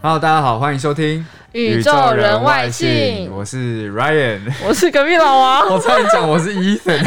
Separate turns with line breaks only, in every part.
Hello，大家好，欢迎收听《
宇宙人外星，
我是 Ryan，
我是隔壁老 王，
我差点讲我是 Ethan，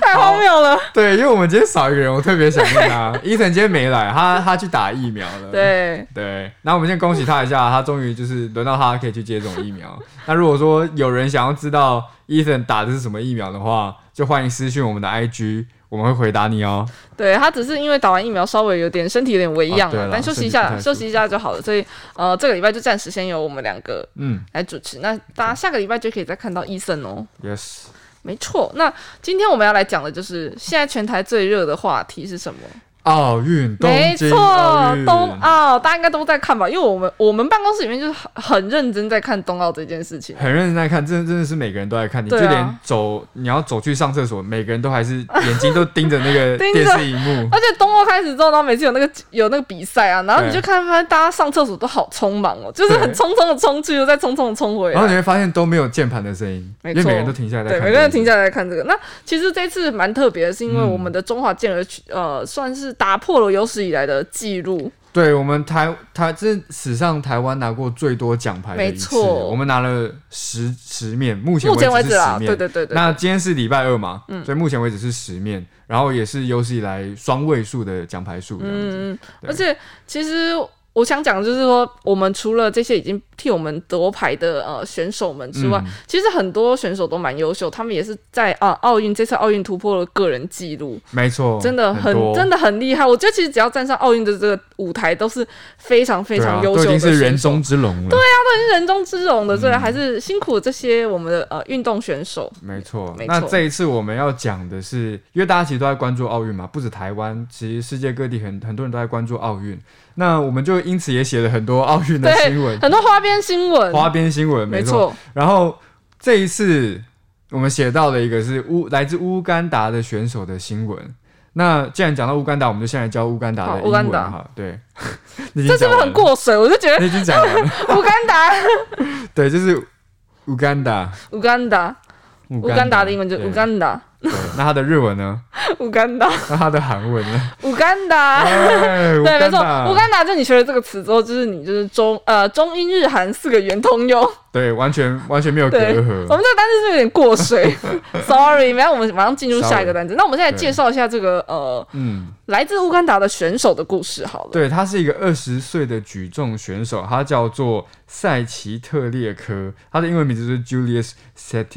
太荒谬了。
对，因为我们今天少一个人，我特别想念他。Ethan 今天没来，他他去打疫苗了。
对，
对，那我们先恭喜他一下，他终于就是轮到他可以去接种疫苗。 那如果说有人想要知道 Ethan 打的是什么疫苗的话，就欢迎私讯我们的 IG，我们会回答你哦。
对他只是因为打完疫苗稍微有点身体有点微恙
哦对
了、
啦
但休息一
身体
下，
不太舒
休
服
息一下就好了。所以呃，这个礼拜就暂时先由我们两个
嗯
来主持。那大家下个礼拜就可以再看到医生哦。
，Yes，
没错，那今天我们要来讲的就是现在全台最热的话题是什么？
奥运，东
没
京
错啊
奥，运
冬奥大家应该都在看吧？因为我们我们办公室里面就是很很认真在看冬奥这件事情。
很认真在看，真的真的是每个人都在看，你就
对啊
连走你要走去上厕所，每个人都还是眼睛都盯着那个
盯着
电视荧幕。
而且冬奥开始之后，然后每次有那个有那个比赛啊，然后你
对
就看发现大家上厕所都好匆忙哦，就是很
对
匆匆的冲去，又再匆匆的冲回
然后你
来。
会发现都没有键盘的声音，
啊没
因为
错
每个人都停下来在
对，
看。
每个人停。下来看这个。那其实这次蛮特别的，是因为
嗯
我们的中华健儿去、呃，算是打破了有史以来的记录。
对我们台台这是史上台湾拿过最多奖牌的一
没
次，
错
我们拿了十十面，目前
目前为
止
止
是
啦，
十
对
面。
对对嗯对。
那今天是礼拜二嘛，所以目前为止是十面，然后也是有史以来双位数的奖牌数这样子。
嗯，嗯，
对
而且其实我想讲的就是说，我们除了这些已经替我们夺牌的呃选手们之外，
嗯
其实很多选手都蛮优秀，他们也是在啊奥运这次奥运突破了个人纪录，
没错，
真的很
多
真的很厉害。我觉得其实只要站上奥运的这个舞台，都是非常非
对啊
常优
都
秀的
已经是人
选手，
中嗯之龙了。对啊，
是人中之龙的，所以还是辛苦这些我们的呃运动选手。
没错。
没
那
错
这一次我们要讲的是，因为大家其实都在关注奥运嘛，不止台湾，其实世界各地很很多人都在关注奥运。那我们就因此也写了很多奥运的
对
新闻，
很多花边新闻，
花边新闻，
没
没错。
错，
然后这一次我们写到了一个是乌来自乌干达的选手的新闻。那既然讲到乌干达，我们就先来教乌干达的
好
英
乌干
文
达
哈。 对，你已经
这
讲
是不是
完
很
了？
过水？我就 觉得
你已经讲完了。
乌干达，
对，就是乌干达，
乌干达，
乌
乌干达的英文就
对
乌干达，
对那它的日文呢？
乌干达，
那它的韩文呢？哎
乌干 达。
对
对，没错，乌干达就你学了这个词之后，就是你就是中呃中英日韩四个圆通用。
对，完全完全没有隔
对，我们这
阂。
个单词是有点过水 ，sorry。没有，我们马上进入下一
Sorry
个单词。那我们现在
对
介绍一下这个呃
嗯，
来自乌干达的选手的故事好了。
对，他是一个二十岁的举重选手，他叫做塞奇特列科，他的英文名字是 Julius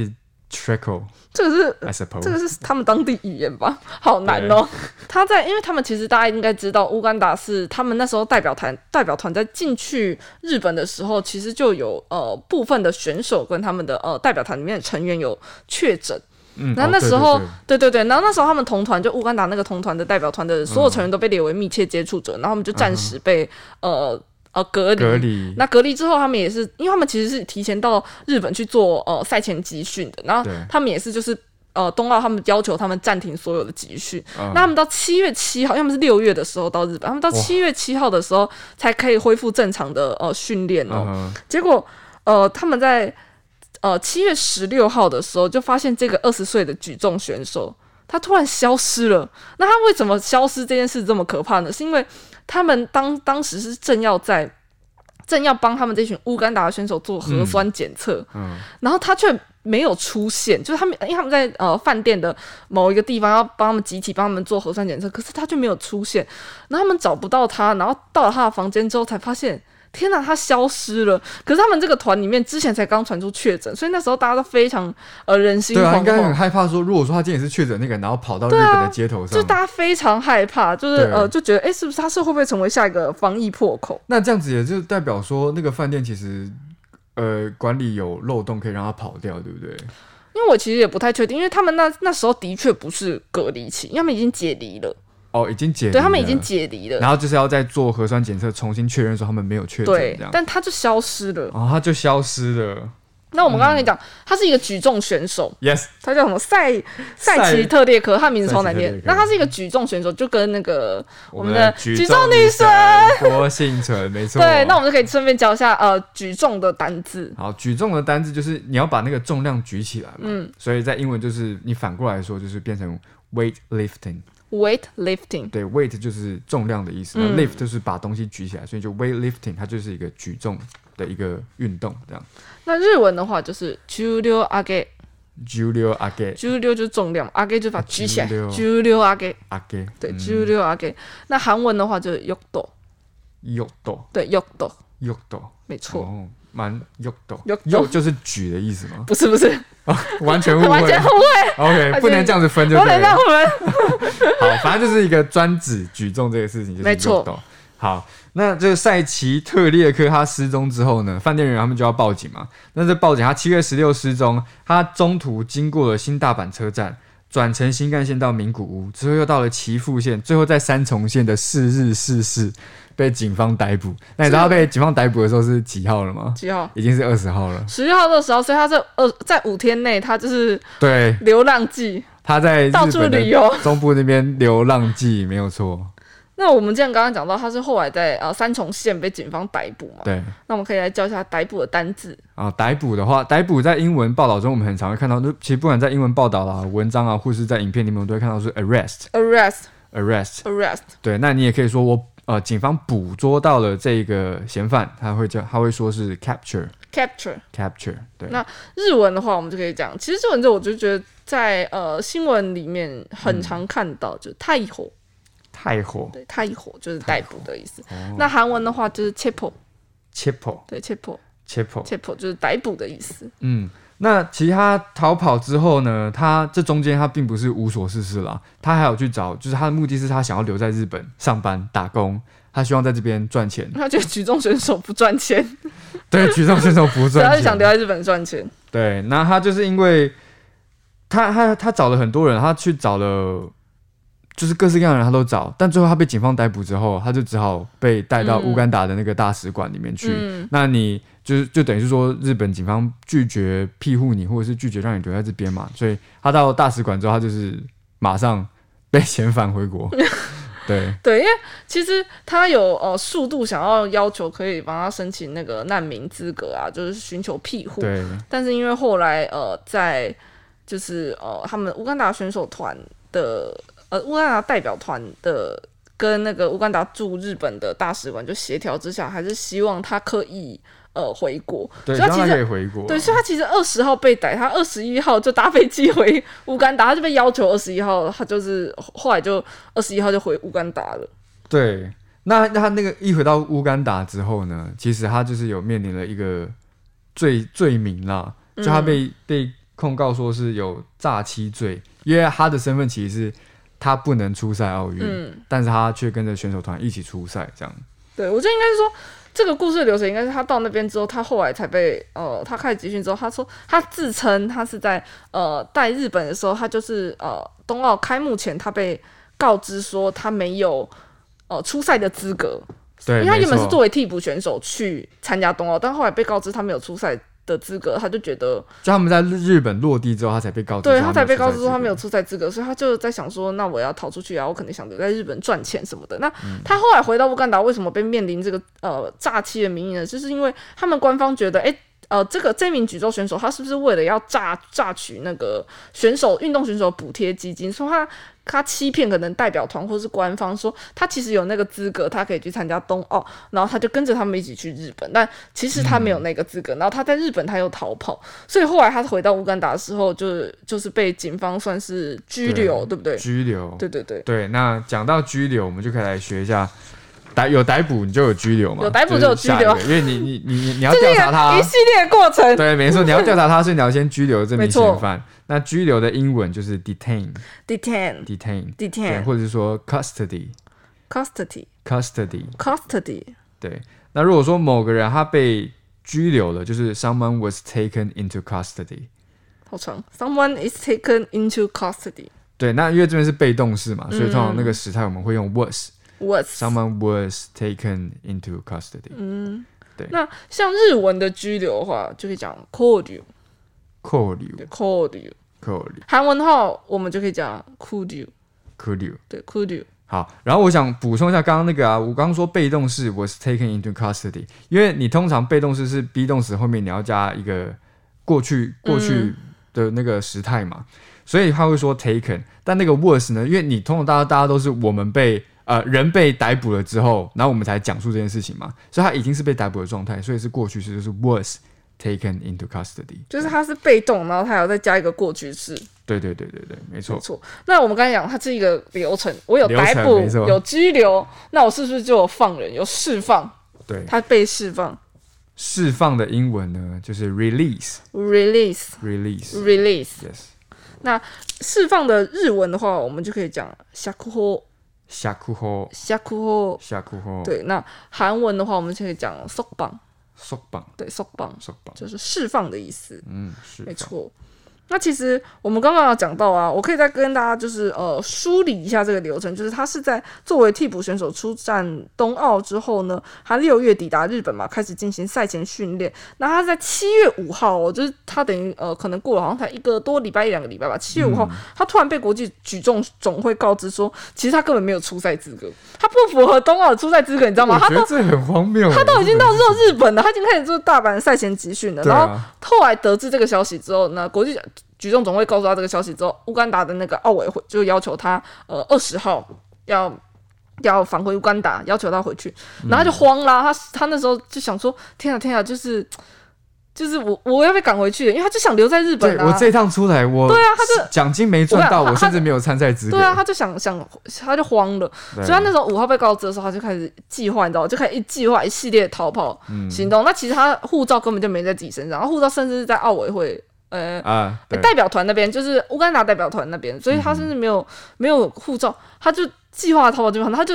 Setitreco。
这个是
I suppose，
这个是他们当地语言吧？好难哦。他在，因为他们其实大家应该知道，乌干达是他们那时候代表团代表团在进去日本的时候，其实就有呃部分的选手跟他们的呃代表团里面的成员有确诊。
嗯
然
哦
后
对
那时
对
候，
对
对对对，然后那时候他们同团就乌干达那个同团的代表团的
嗯
所有成员都被列为密切接触者，然后他们就暂时被、呃呃隔离。
隔离，
那隔离之后，他们也是，因为他们其实是提前到日本去做呃赛前集训的，然后
对
他们也是就是呃冬奥，他们要求他们暂停所有的集训。
嗯
那他们到七月七号，要么是六月的时候到日本，他们到
哇
七月七号的时候才可以恢复正常的呃训练哦。
嗯哼
结果呃，他们在呃七月十六号的时候就发现这个二十岁的举重选手他突然消失了。那他为什么消失这件事这么可怕呢？是因为他们当当时是正要在正要帮他们这群乌干达的选手做核酸检测，
嗯，
然后他却没有出现，就是他们，因为他们在呃饭店的某一个地方要帮他们集体帮他们做核酸检测，可是他就没有出现，然后他们找不到他，然后到了他的房间之后才发现。天呐，他消失了！可是他们这个团里面之前才刚传出确诊，所以那时候大家都非常呃人心
对啊，
惶
应该
惶
很，害怕说，如果说他今天也是确诊那个，然后跑到日本的街头上，
啊就大家非常害怕，就是
对
呃就觉得哎、诶是不是他是会不会成为下一个防疫破口？
那这样子也就代表说，那个饭店其实呃管理有漏洞，可以让他跑掉，对不对？
因为我其实也不太确定，因为他们那那时候的确不是隔离期，因为他们已经解离了，
哦，已经解离了
对他们已经，解离了，
然后就是要再做核酸检测，重新确认说他们没有确诊，
对
这，样，哦
但他就消失了。
然后他就消失了。
那我们刚刚跟你讲，他是一个举重选手，
Yes，
他叫什么赛
赛
赛奇特列科，他名字超难
赛
念
奇。特列
那
科
他是一个举重选手，就跟那个我们
的
的
举
举重女神，
郭幸存，没错。
对，那我们就可以顺便教一下呃举重的单字。
好，举重的单字就是你要把那个重量举起来嘛，
嗯
所以在英文就是你反过来说就是变成 weight lifting，
weight lifting。
对，weight 就是重量的意思，那
嗯
lift 就是把东西举起来，所以就 weight lifting 它就是一个举重的一个运动，这样。
那日文的话就是重量上げ，
Julio Age
重量就是重量，上げ就是把它举起来，
重量
重量上げ，
Age
对，重量上げ。那韩文的话就是欲斗，
Yokdo
对，欲斗，
Yokdo
没错，
哦，蛮 Yokdo
右斗
Yok 就是举的意思吗？
不是不是，
完全误
完
会
全误会，
，OK，
全
不能这样子分就
不
对
能
了
让。我们
好，反正就是一个专指举重这个事情，就是
没错
右斗。好，那这个赛奇特列克他失踪之后呢，饭店人员他们就要报警嘛。那这报警，他七月十六失踪，他中途经过了新大阪车站，转乘新干线到名古屋，之后又到了岐阜县，最后在三重县的四日市市被警方逮捕。那你知道他被警方逮捕的时候是几号了吗？
几号？
已经是二十号了。
十六号的时候，所以他这呃在五天内，他就是
对，
流浪记。
他在日
到处
本的
旅游
中部那边流浪记，没有错。
那我们之前刚刚讲到，他是后来在呃三重县被警方逮捕嘛？
对。
那我们可以来教一下逮捕的单字。
啊，逮捕的话，逮捕在英文报道中，我们很常会看到，就其实不管在英文报道啦、文章啊，或是在影片里面，我们都会看到是 arrest
arrest
arrest。
arrest
对，那你也可以说我呃，警方捕捉到了这个嫌犯，他会叫他会说是 capture
capture。
capture。对，
那日文的话，我们就可以讲，其实日文这我就觉得在呃新闻里面很常看到，就是太火，
太火
对，太火就是逮捕的意思。
哦
那韩文的话就是체포，
c h i p o
对，체포
切 h i p o
체포就是逮捕的意思。
嗯，那其实他逃跑之后呢，他这中间他并不是无所事事啦，他还有去找，就是他的目的是他想要留在日本上班打工，他希望在这边赚 钱。
他觉得举重选手不赚钱，
对，举重选手不
所以
赚
他
钱
就。想留在日本赚钱。
对，那他就是因为他他他找了很多人，他去找了就是各式各样的人，他都找，但最后他被警方逮捕之后，他就只好被带到
嗯
乌干达的那个大使馆里面去。
嗯
那你就是就等于是说，日本警方拒绝庇护你，或者是拒绝让你留在这边嘛，所以他到大使馆之后，他就是马上被遣返回国。对，
对，因为其实他有呃速度想要要求可以帮他申请那个难民资格啊，就是寻求庇护。
对，
但是因为后来呃在就是呃他们乌干达选手团的呃乌干达代表团的跟那个乌干达驻日本的大使馆就协调之下，还是希望他可以呃回国，
对，
所以
让
他
他
其
可以
实。
回国。
对，所以他其实二十号被逮，他二十一号就搭飞机回乌干达，他就被要求二十一号，他就是后来就二十一号就回乌干达了。
对，那那他那个一回到乌干达之后呢，其实他就是有面临了一个罪罪名啦，
嗯
就他被、被控告说是有诈欺罪，因为他的身份其实是他不能出赛奥运，
嗯
但是他却跟着选手团一起出赛，这样
对，我觉得应该是说，这个故事的流程应该是他到那边之后，他后来才被呃，他开始集训之后，他说他自称他是在呃在日本的时候，他就是呃冬奥开幕前，他被告知说他没有呃出赛的资格，
对，
因为他原本是
没错
作为替补选手去参加冬奥，但后来被告知他没有出赛的资格，他就觉得
就他们在日本落地之后，他才被告知说没
对
有出
他
赛资格，
才被告知说他没有出赛资格，所以他就在想说，那我要逃出去啊，我肯定想留在日本赚钱什么的。那
嗯
他后来回到乌干达，为什么被面临这个呃诈欺的名义呢？就是因为他们官方觉得，诶，呃，这个这名举重选手他是不是为了要榨榨取那个选手运动选手补贴基金，所以他他欺骗可能代表团或是官方说他其实有那个资格，他可以去参加冬奥，然后他就跟着他们一起去日本，但其实他没有那个资格，然后他在日本他又逃跑，所以后来他回到乌干达的时候，就是就是被警方算是拘留，对不对？
拘留。
对对对，
对，那讲到拘留，我们就可以来学一下，逮有逮捕你就有拘留嘛，
有逮捕就有
是下一个
拘
因为你你你你你要
这
调
是
查他啊、
一个一系列过程。
对，没错，你要调查他，所以你要先拘留这名
没错
嫌犯。那拘留的英文就是 detain
Detain,
detain，对，
detain,
或者是说 custody
custody,
custody，
custody。
对。那如果说某个人他被拘留了，就是 someone was taken into custody。
好长，Someone is taken into custody.
对，那因为这边是被动式
嗯
嘛，所以通常那个时态我们会用 was。
Was
Someone was taken into
嗯
custody。
那像日文的拘留的话，就可以讲 call you,
扣留，
对 call you。
扣留，
韩文的话，我们就可以讲 could you，
扣留。
对 could you。
好，然后我想补充一下刚刚那个啊，我刚刚说被动式 was taken into custody，因为你通常被动式是 be 动词后面你要加一个过去
嗯
过去的那个时态嘛，所以他会说 taken，但那个 was 呢，因为你通常大家大家都是我们被呃人被逮捕了之后，然后我们才讲述这件事情嘛，所以他已经是被逮捕的状态，所以是过去式，就是 was taken into custody。
就是它是被动，然后它还要再加一个过去式，
对对对对对，没错
没，错。那我们刚才讲，它是一个流程，我有
流程
逮捕
没错，
有拘留，那我是不是就有放人，有释放？
对。
它被释放
释放的英文呢，就是 release，release。
，release。release 嗯
Yes，
释放的日文的话，我们就可以讲下库后
下库后，
下库后。
下库后，，
对，那韩文的话，我们就可以讲松绑，
束绑，
对，松绑
束绑，
就是释放的意思。
嗯，是，
没，错。那其实我们刚刚有讲到啊，我可以再跟大家就是呃梳理一下这个流程，就是他是在作为替补选手出战冬奥之后呢，他六月抵达日本嘛，开始进行赛前训练。那他在七月五号、哦，就是他等于呃可能过了好像才一个多礼拜一两个礼拜吧，七月五号、
嗯
他突然被国际举重总会告知说，其实他根本没有出赛资格，他不符合冬奥的出赛资格，你知道吗？
我
他
觉
都
得这很荒谬，
他都已经到做日本了，他已经开始做大阪赛前集训了，
对
然后
啊，
后来得知这个消息之后呢，国际举重总会告诉他这个消息之后，乌干达的那个奥委会就要求他，呃，二十号要要返回乌干达，要求他回去，
嗯
然后他就慌啦，他他那时候就想说，天啊天啊，就是就是我我要被赶回去，因为他就想留在日本
对
啊，
我这一趟出来，我
对啊他就
奖金没赚到，
我
我
看他
甚至没有参赛资格，
对啊，他就想想他就慌了，
对，
所以他那时候五号被告知的时候，他就开始计划，你知道吗，就开始一计划一系列逃跑
嗯
行动。那其实他护照根本就没在自己身上，然后护照甚至是在奥委会，呃，
啊，对，
代表团那边，就是乌干达代表团那边，所以他甚至没有、没有护照，他就计划逃跑这边，他就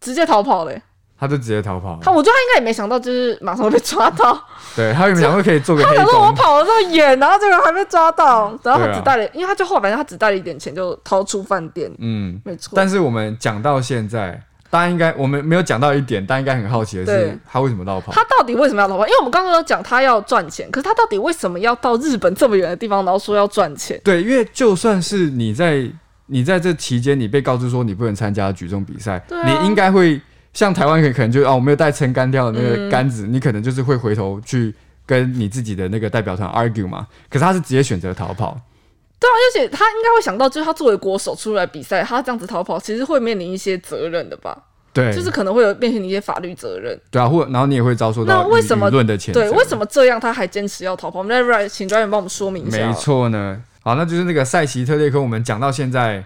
直接逃跑嘞、
他就直接逃跑了，
他我觉得他应该也没想到，就是马上会被抓到。
对他原本想说可以做个
他
黑
想说我
工，
跑了这么远，然后这个还被抓到，然后
对
他
啊
只带了，因为他就后来反正他只带了一点钱就逃出饭店，
嗯，
没错。
但是我们讲到现在，大家应该我们没有讲到一点，大家应该很好奇的是
对
他为什么绕跑，
他到底为什么要逃跑？因为我们刚刚有讲他要赚钱，可是他到底为什么要到日本这么远的地方，然后说要赚钱？
对，因为就算是你在你在这期间，你被告知说你不能参加举重比赛，
对啊
你应该会像台湾可可能就哦，我没有带撑杆跳的那
嗯
个杆子，你可能就是会回头去跟你自己的那个代表团 argue 嘛。可是他是直接选择逃跑，
而且他应该会想到，就是他作为国手出来比赛，他这样子逃跑，其实会面临一些责任的吧？
对，
就是可能会有面临一些法律责任。
对啊，或然后你也会遭受到
那为
舆
什么
舆论的谴责，
对，为什么这样他还坚持要逃跑？我们来来，请专员帮我们说明一下。
没，错呢。好，那就是那个赛奇特列科，我们讲到现在，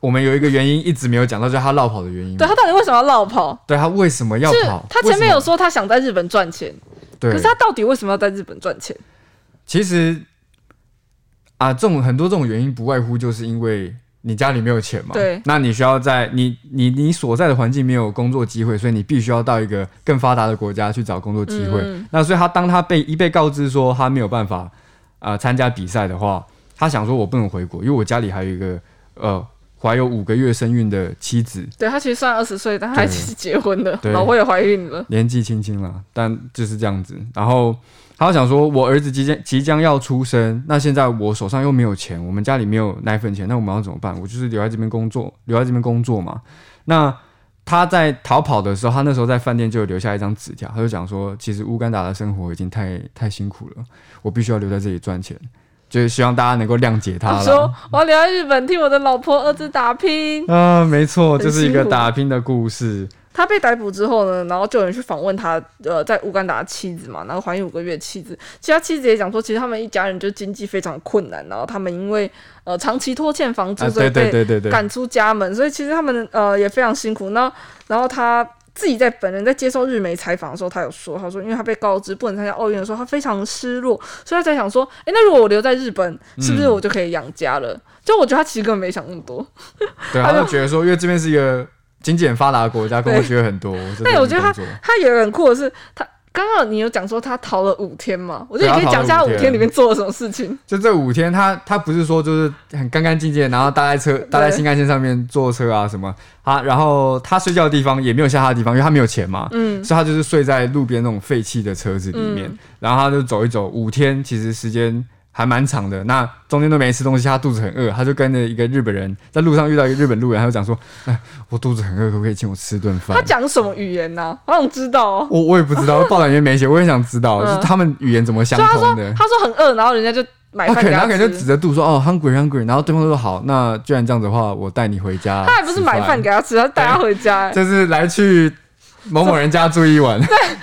我们有一个原因一直没有讲到，就是他绕跑的原因嘛。
对他到底为什么要绕跑？
对他为什么要
就是
跑？
他前面有
为什
说他想在日本赚钱，
么
可
对，
是他到底为什么要在日本赚钱？
其实啊，这种很多这种原因不外乎就是因为你家里没有钱嘛，
对
那你需要在你你你所在的环境没有工作机会，所以你必须要到一个更发达的国家去找工作机会。那所以他当他被一被告知说他没有办法啊参加比赛的话，他想说我不能回国，因为我家里还有一个呃怀有五个月身孕的妻子，
对他其实虽然二十岁，但他
对
其实结婚了，
对
老婆也怀孕了。
年纪轻轻啦，但就是这样子。然后他想说，我儿子即将即将要出生，那现在我手上又没有钱，我们家里没有奶粉钱，那我们要怎么办？我就是留在这边工作，留在这边工作嘛。那他在逃跑的时候，他那时候在饭店就有留下一张纸条，他就讲说，其实乌干达的生活已经太太辛苦了，我必须要留在这里赚钱。就是希望大家能够谅解他
他
啦
说我要留在日本替我的老婆儿子打拼。
啊，没错，
很
这是一个
辛苦
打拼的故事。
他被逮捕之后呢，然后就有人去访问他，呃，在乌干达的妻子嘛，然后怀孕五个月的妻子，其实他妻子也讲说，其实他们一家人就经济非常困难，然后他们因为呃长期拖欠房租，
啊，
所以
对
被
对对对对，
赶出家门，所以其实他们呃也非常辛苦。那然后他自己在本人在接受日媒采访的时候，他有说，他说因为他被告知不能参加奥运的时候，他非常失落，所以他在想说，诶，那如果我留在日本，是不是
嗯
我就可以养家了？就我觉得他其实根本没想那么多，
对，他就觉得说，因为这边是一个经济很发达的国家，工作机会很多。这边
对我觉得
工作
他有一个很酷的是，他刚刚你有讲说他逃了五天嘛，我觉得你
嗯对
可以
他逃
讲
了五
一下五
天
天里面做了什么事情。
就这五天他，他不是说就是很干干净净，然后搭在车搭在新干线上面坐车啊什么啊，然后他睡觉的地方也没有下榻的地方，因为他没有钱嘛，
嗯，
所以他就是睡在路边那种废弃的车子里面，
嗯
然后他就走一走，五天其实时间还蛮长的。那中间都没吃东西，他肚子很饿，他就跟着一个日本人在路上遇到一个日本路人，他就讲说：“哎，我肚子很饿，可不可以请我吃顿饭
他？”讲什么语言呢、我想知道哦。
我我也不知道，报道里面没写，我也想知道，
嗯
就是他们语言怎么相
所以他
通
说
的。
他说很饿，然后人家就买
他
饭
可
给
能他可
吃。
能就指着肚说哦 hungry hungry，然后对方就说好，那既然这样子的话，我带你回家。
他还不是买饭
给，
给他吃，他带他回家、欸，
这是来去某某人家住一 晚，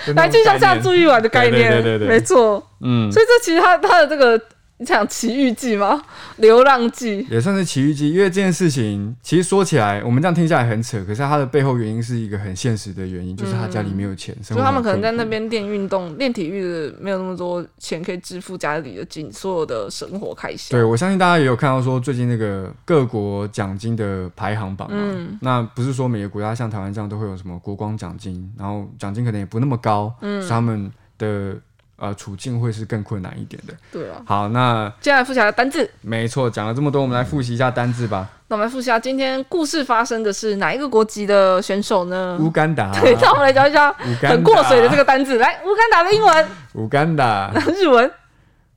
对
来去乡下住一晚的概念，
对对对对对
没错。
嗯，
所以这其实他他的这个你想奇遇记吗？ 流浪记，
也算是奇遇记，因为这件事情其实说起来，我们这样听下来很扯，可是它的背后原因是一个很现实的原因，就是他家里没有钱，
嗯就
所以
是他们可能在那边练运动、练体育的，没有那么多钱可以支付家里的紧所有的生活开销。
对，我相信大家也有看到说，最近那个各国奖金的排行榜啊，
嗯
那不是说每个国家像台湾这样都会有什么国光奖金，然后奖金可能也不那么高，嗯，所以他们的呃处境会是更困难一点的。
对啊。
好，那
接下来复习一下单字，
没错，讲了这么多，我们来复习一下单字吧。
那我们来复习一下今天故事发生的是哪一个国籍的选手呢？
乌干达，
嗯 对，那我们来教一下
乌干达
很过水的这个单字，来，乌干达的英文、
乌干达，
日文、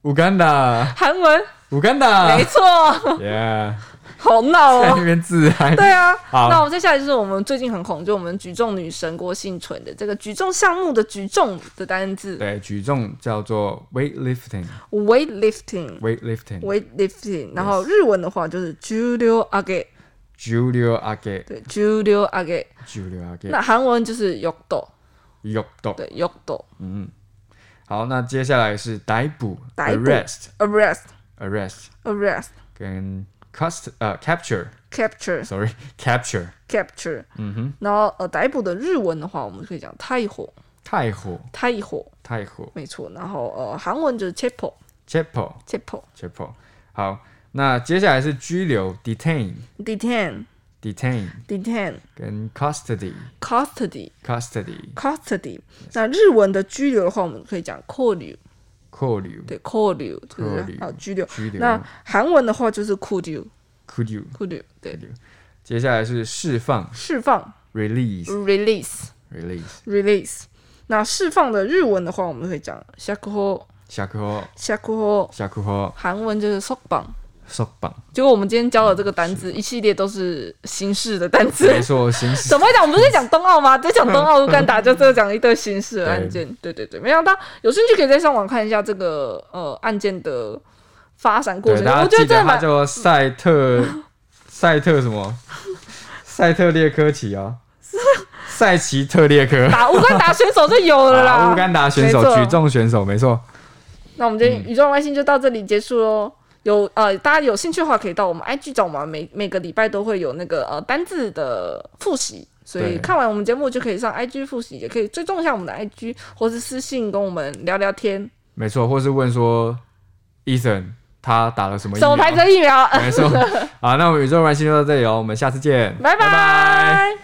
乌干达，
韩文，
乌干达
没，错，
耶，
好闹
在
哦
那。边自嗨。
对啊，
好
那我们接下来就是我们最近很红，就我们举重女神郭幸存的这个举重项目的举重的单字
对，举重叫做 weightlifting，weightlifting。
weightlifting。weightlifting，然后日文的话就是 judo a g e
Julio Age，
对 judo a g e
Julio Age，
那韩文就是 yokdo，
有动。
对 yokdo
好，那接下来是逮捕
逮捕
arrest
arrest
arrest
arrest
跟 cust 呃 capture
capture
sorry capture
capture，
嗯哼，
然后呃逮捕的日文的话，我们可以讲逮捕
太火
逮捕，
太火
没错。然后呃韩文就是 chepo
chapel
chepo
chapel 好，那接下来是拘留 detain
detain
detain
detain
跟 custody
custody
custody
custody。那日文的拘留的话，我们可以讲扣留，
扣留
对，扣留，对不
扣
对？
留
好，拘留。
拘留
那韩文的话就是扣留，
could you
扣留，对，
接下来是释放
释放
release
release
release
release。那释放的日文的话，我们会讲下课
下课后
下课，
下课后
韩文就是束绑。
收绑，
结果我们今天教的这个单字，一系列都是形式的单字。
没错，刑事
怎么会讲？我们不是在讲冬奥吗？在讲冬奥，乌干达就这讲一堆刑事的案件。
嗯
对对对，没想到有兴趣可以在上网看一下这个呃案件的发展过
对，
程。
大家
我觉得
记
真
得
的
他
蛮
叫赛 特赛特什么？赛特列科奇啊，赛奇特列科，
打乌干达选手就 有了啦。
啊乌干达选手
没，错
举重选手，没错，
那我们今天宇宙外星就到这里结束喽。有呃，大家有兴趣的话，可以到我们 IG 找我们，啊每每个礼拜都会有那个呃单字的复习，所以
对
看完我们节目就可以上 IG 复习，也可以追踪一下我们的 IG，或是私信跟我们聊聊天，
没错，或是问说，Ethan 他打了什么疫
什
苗？
么牌子的疫苗？
没错，好，那我们宇宙玩星就到这里哦，我们下次见，
拜拜。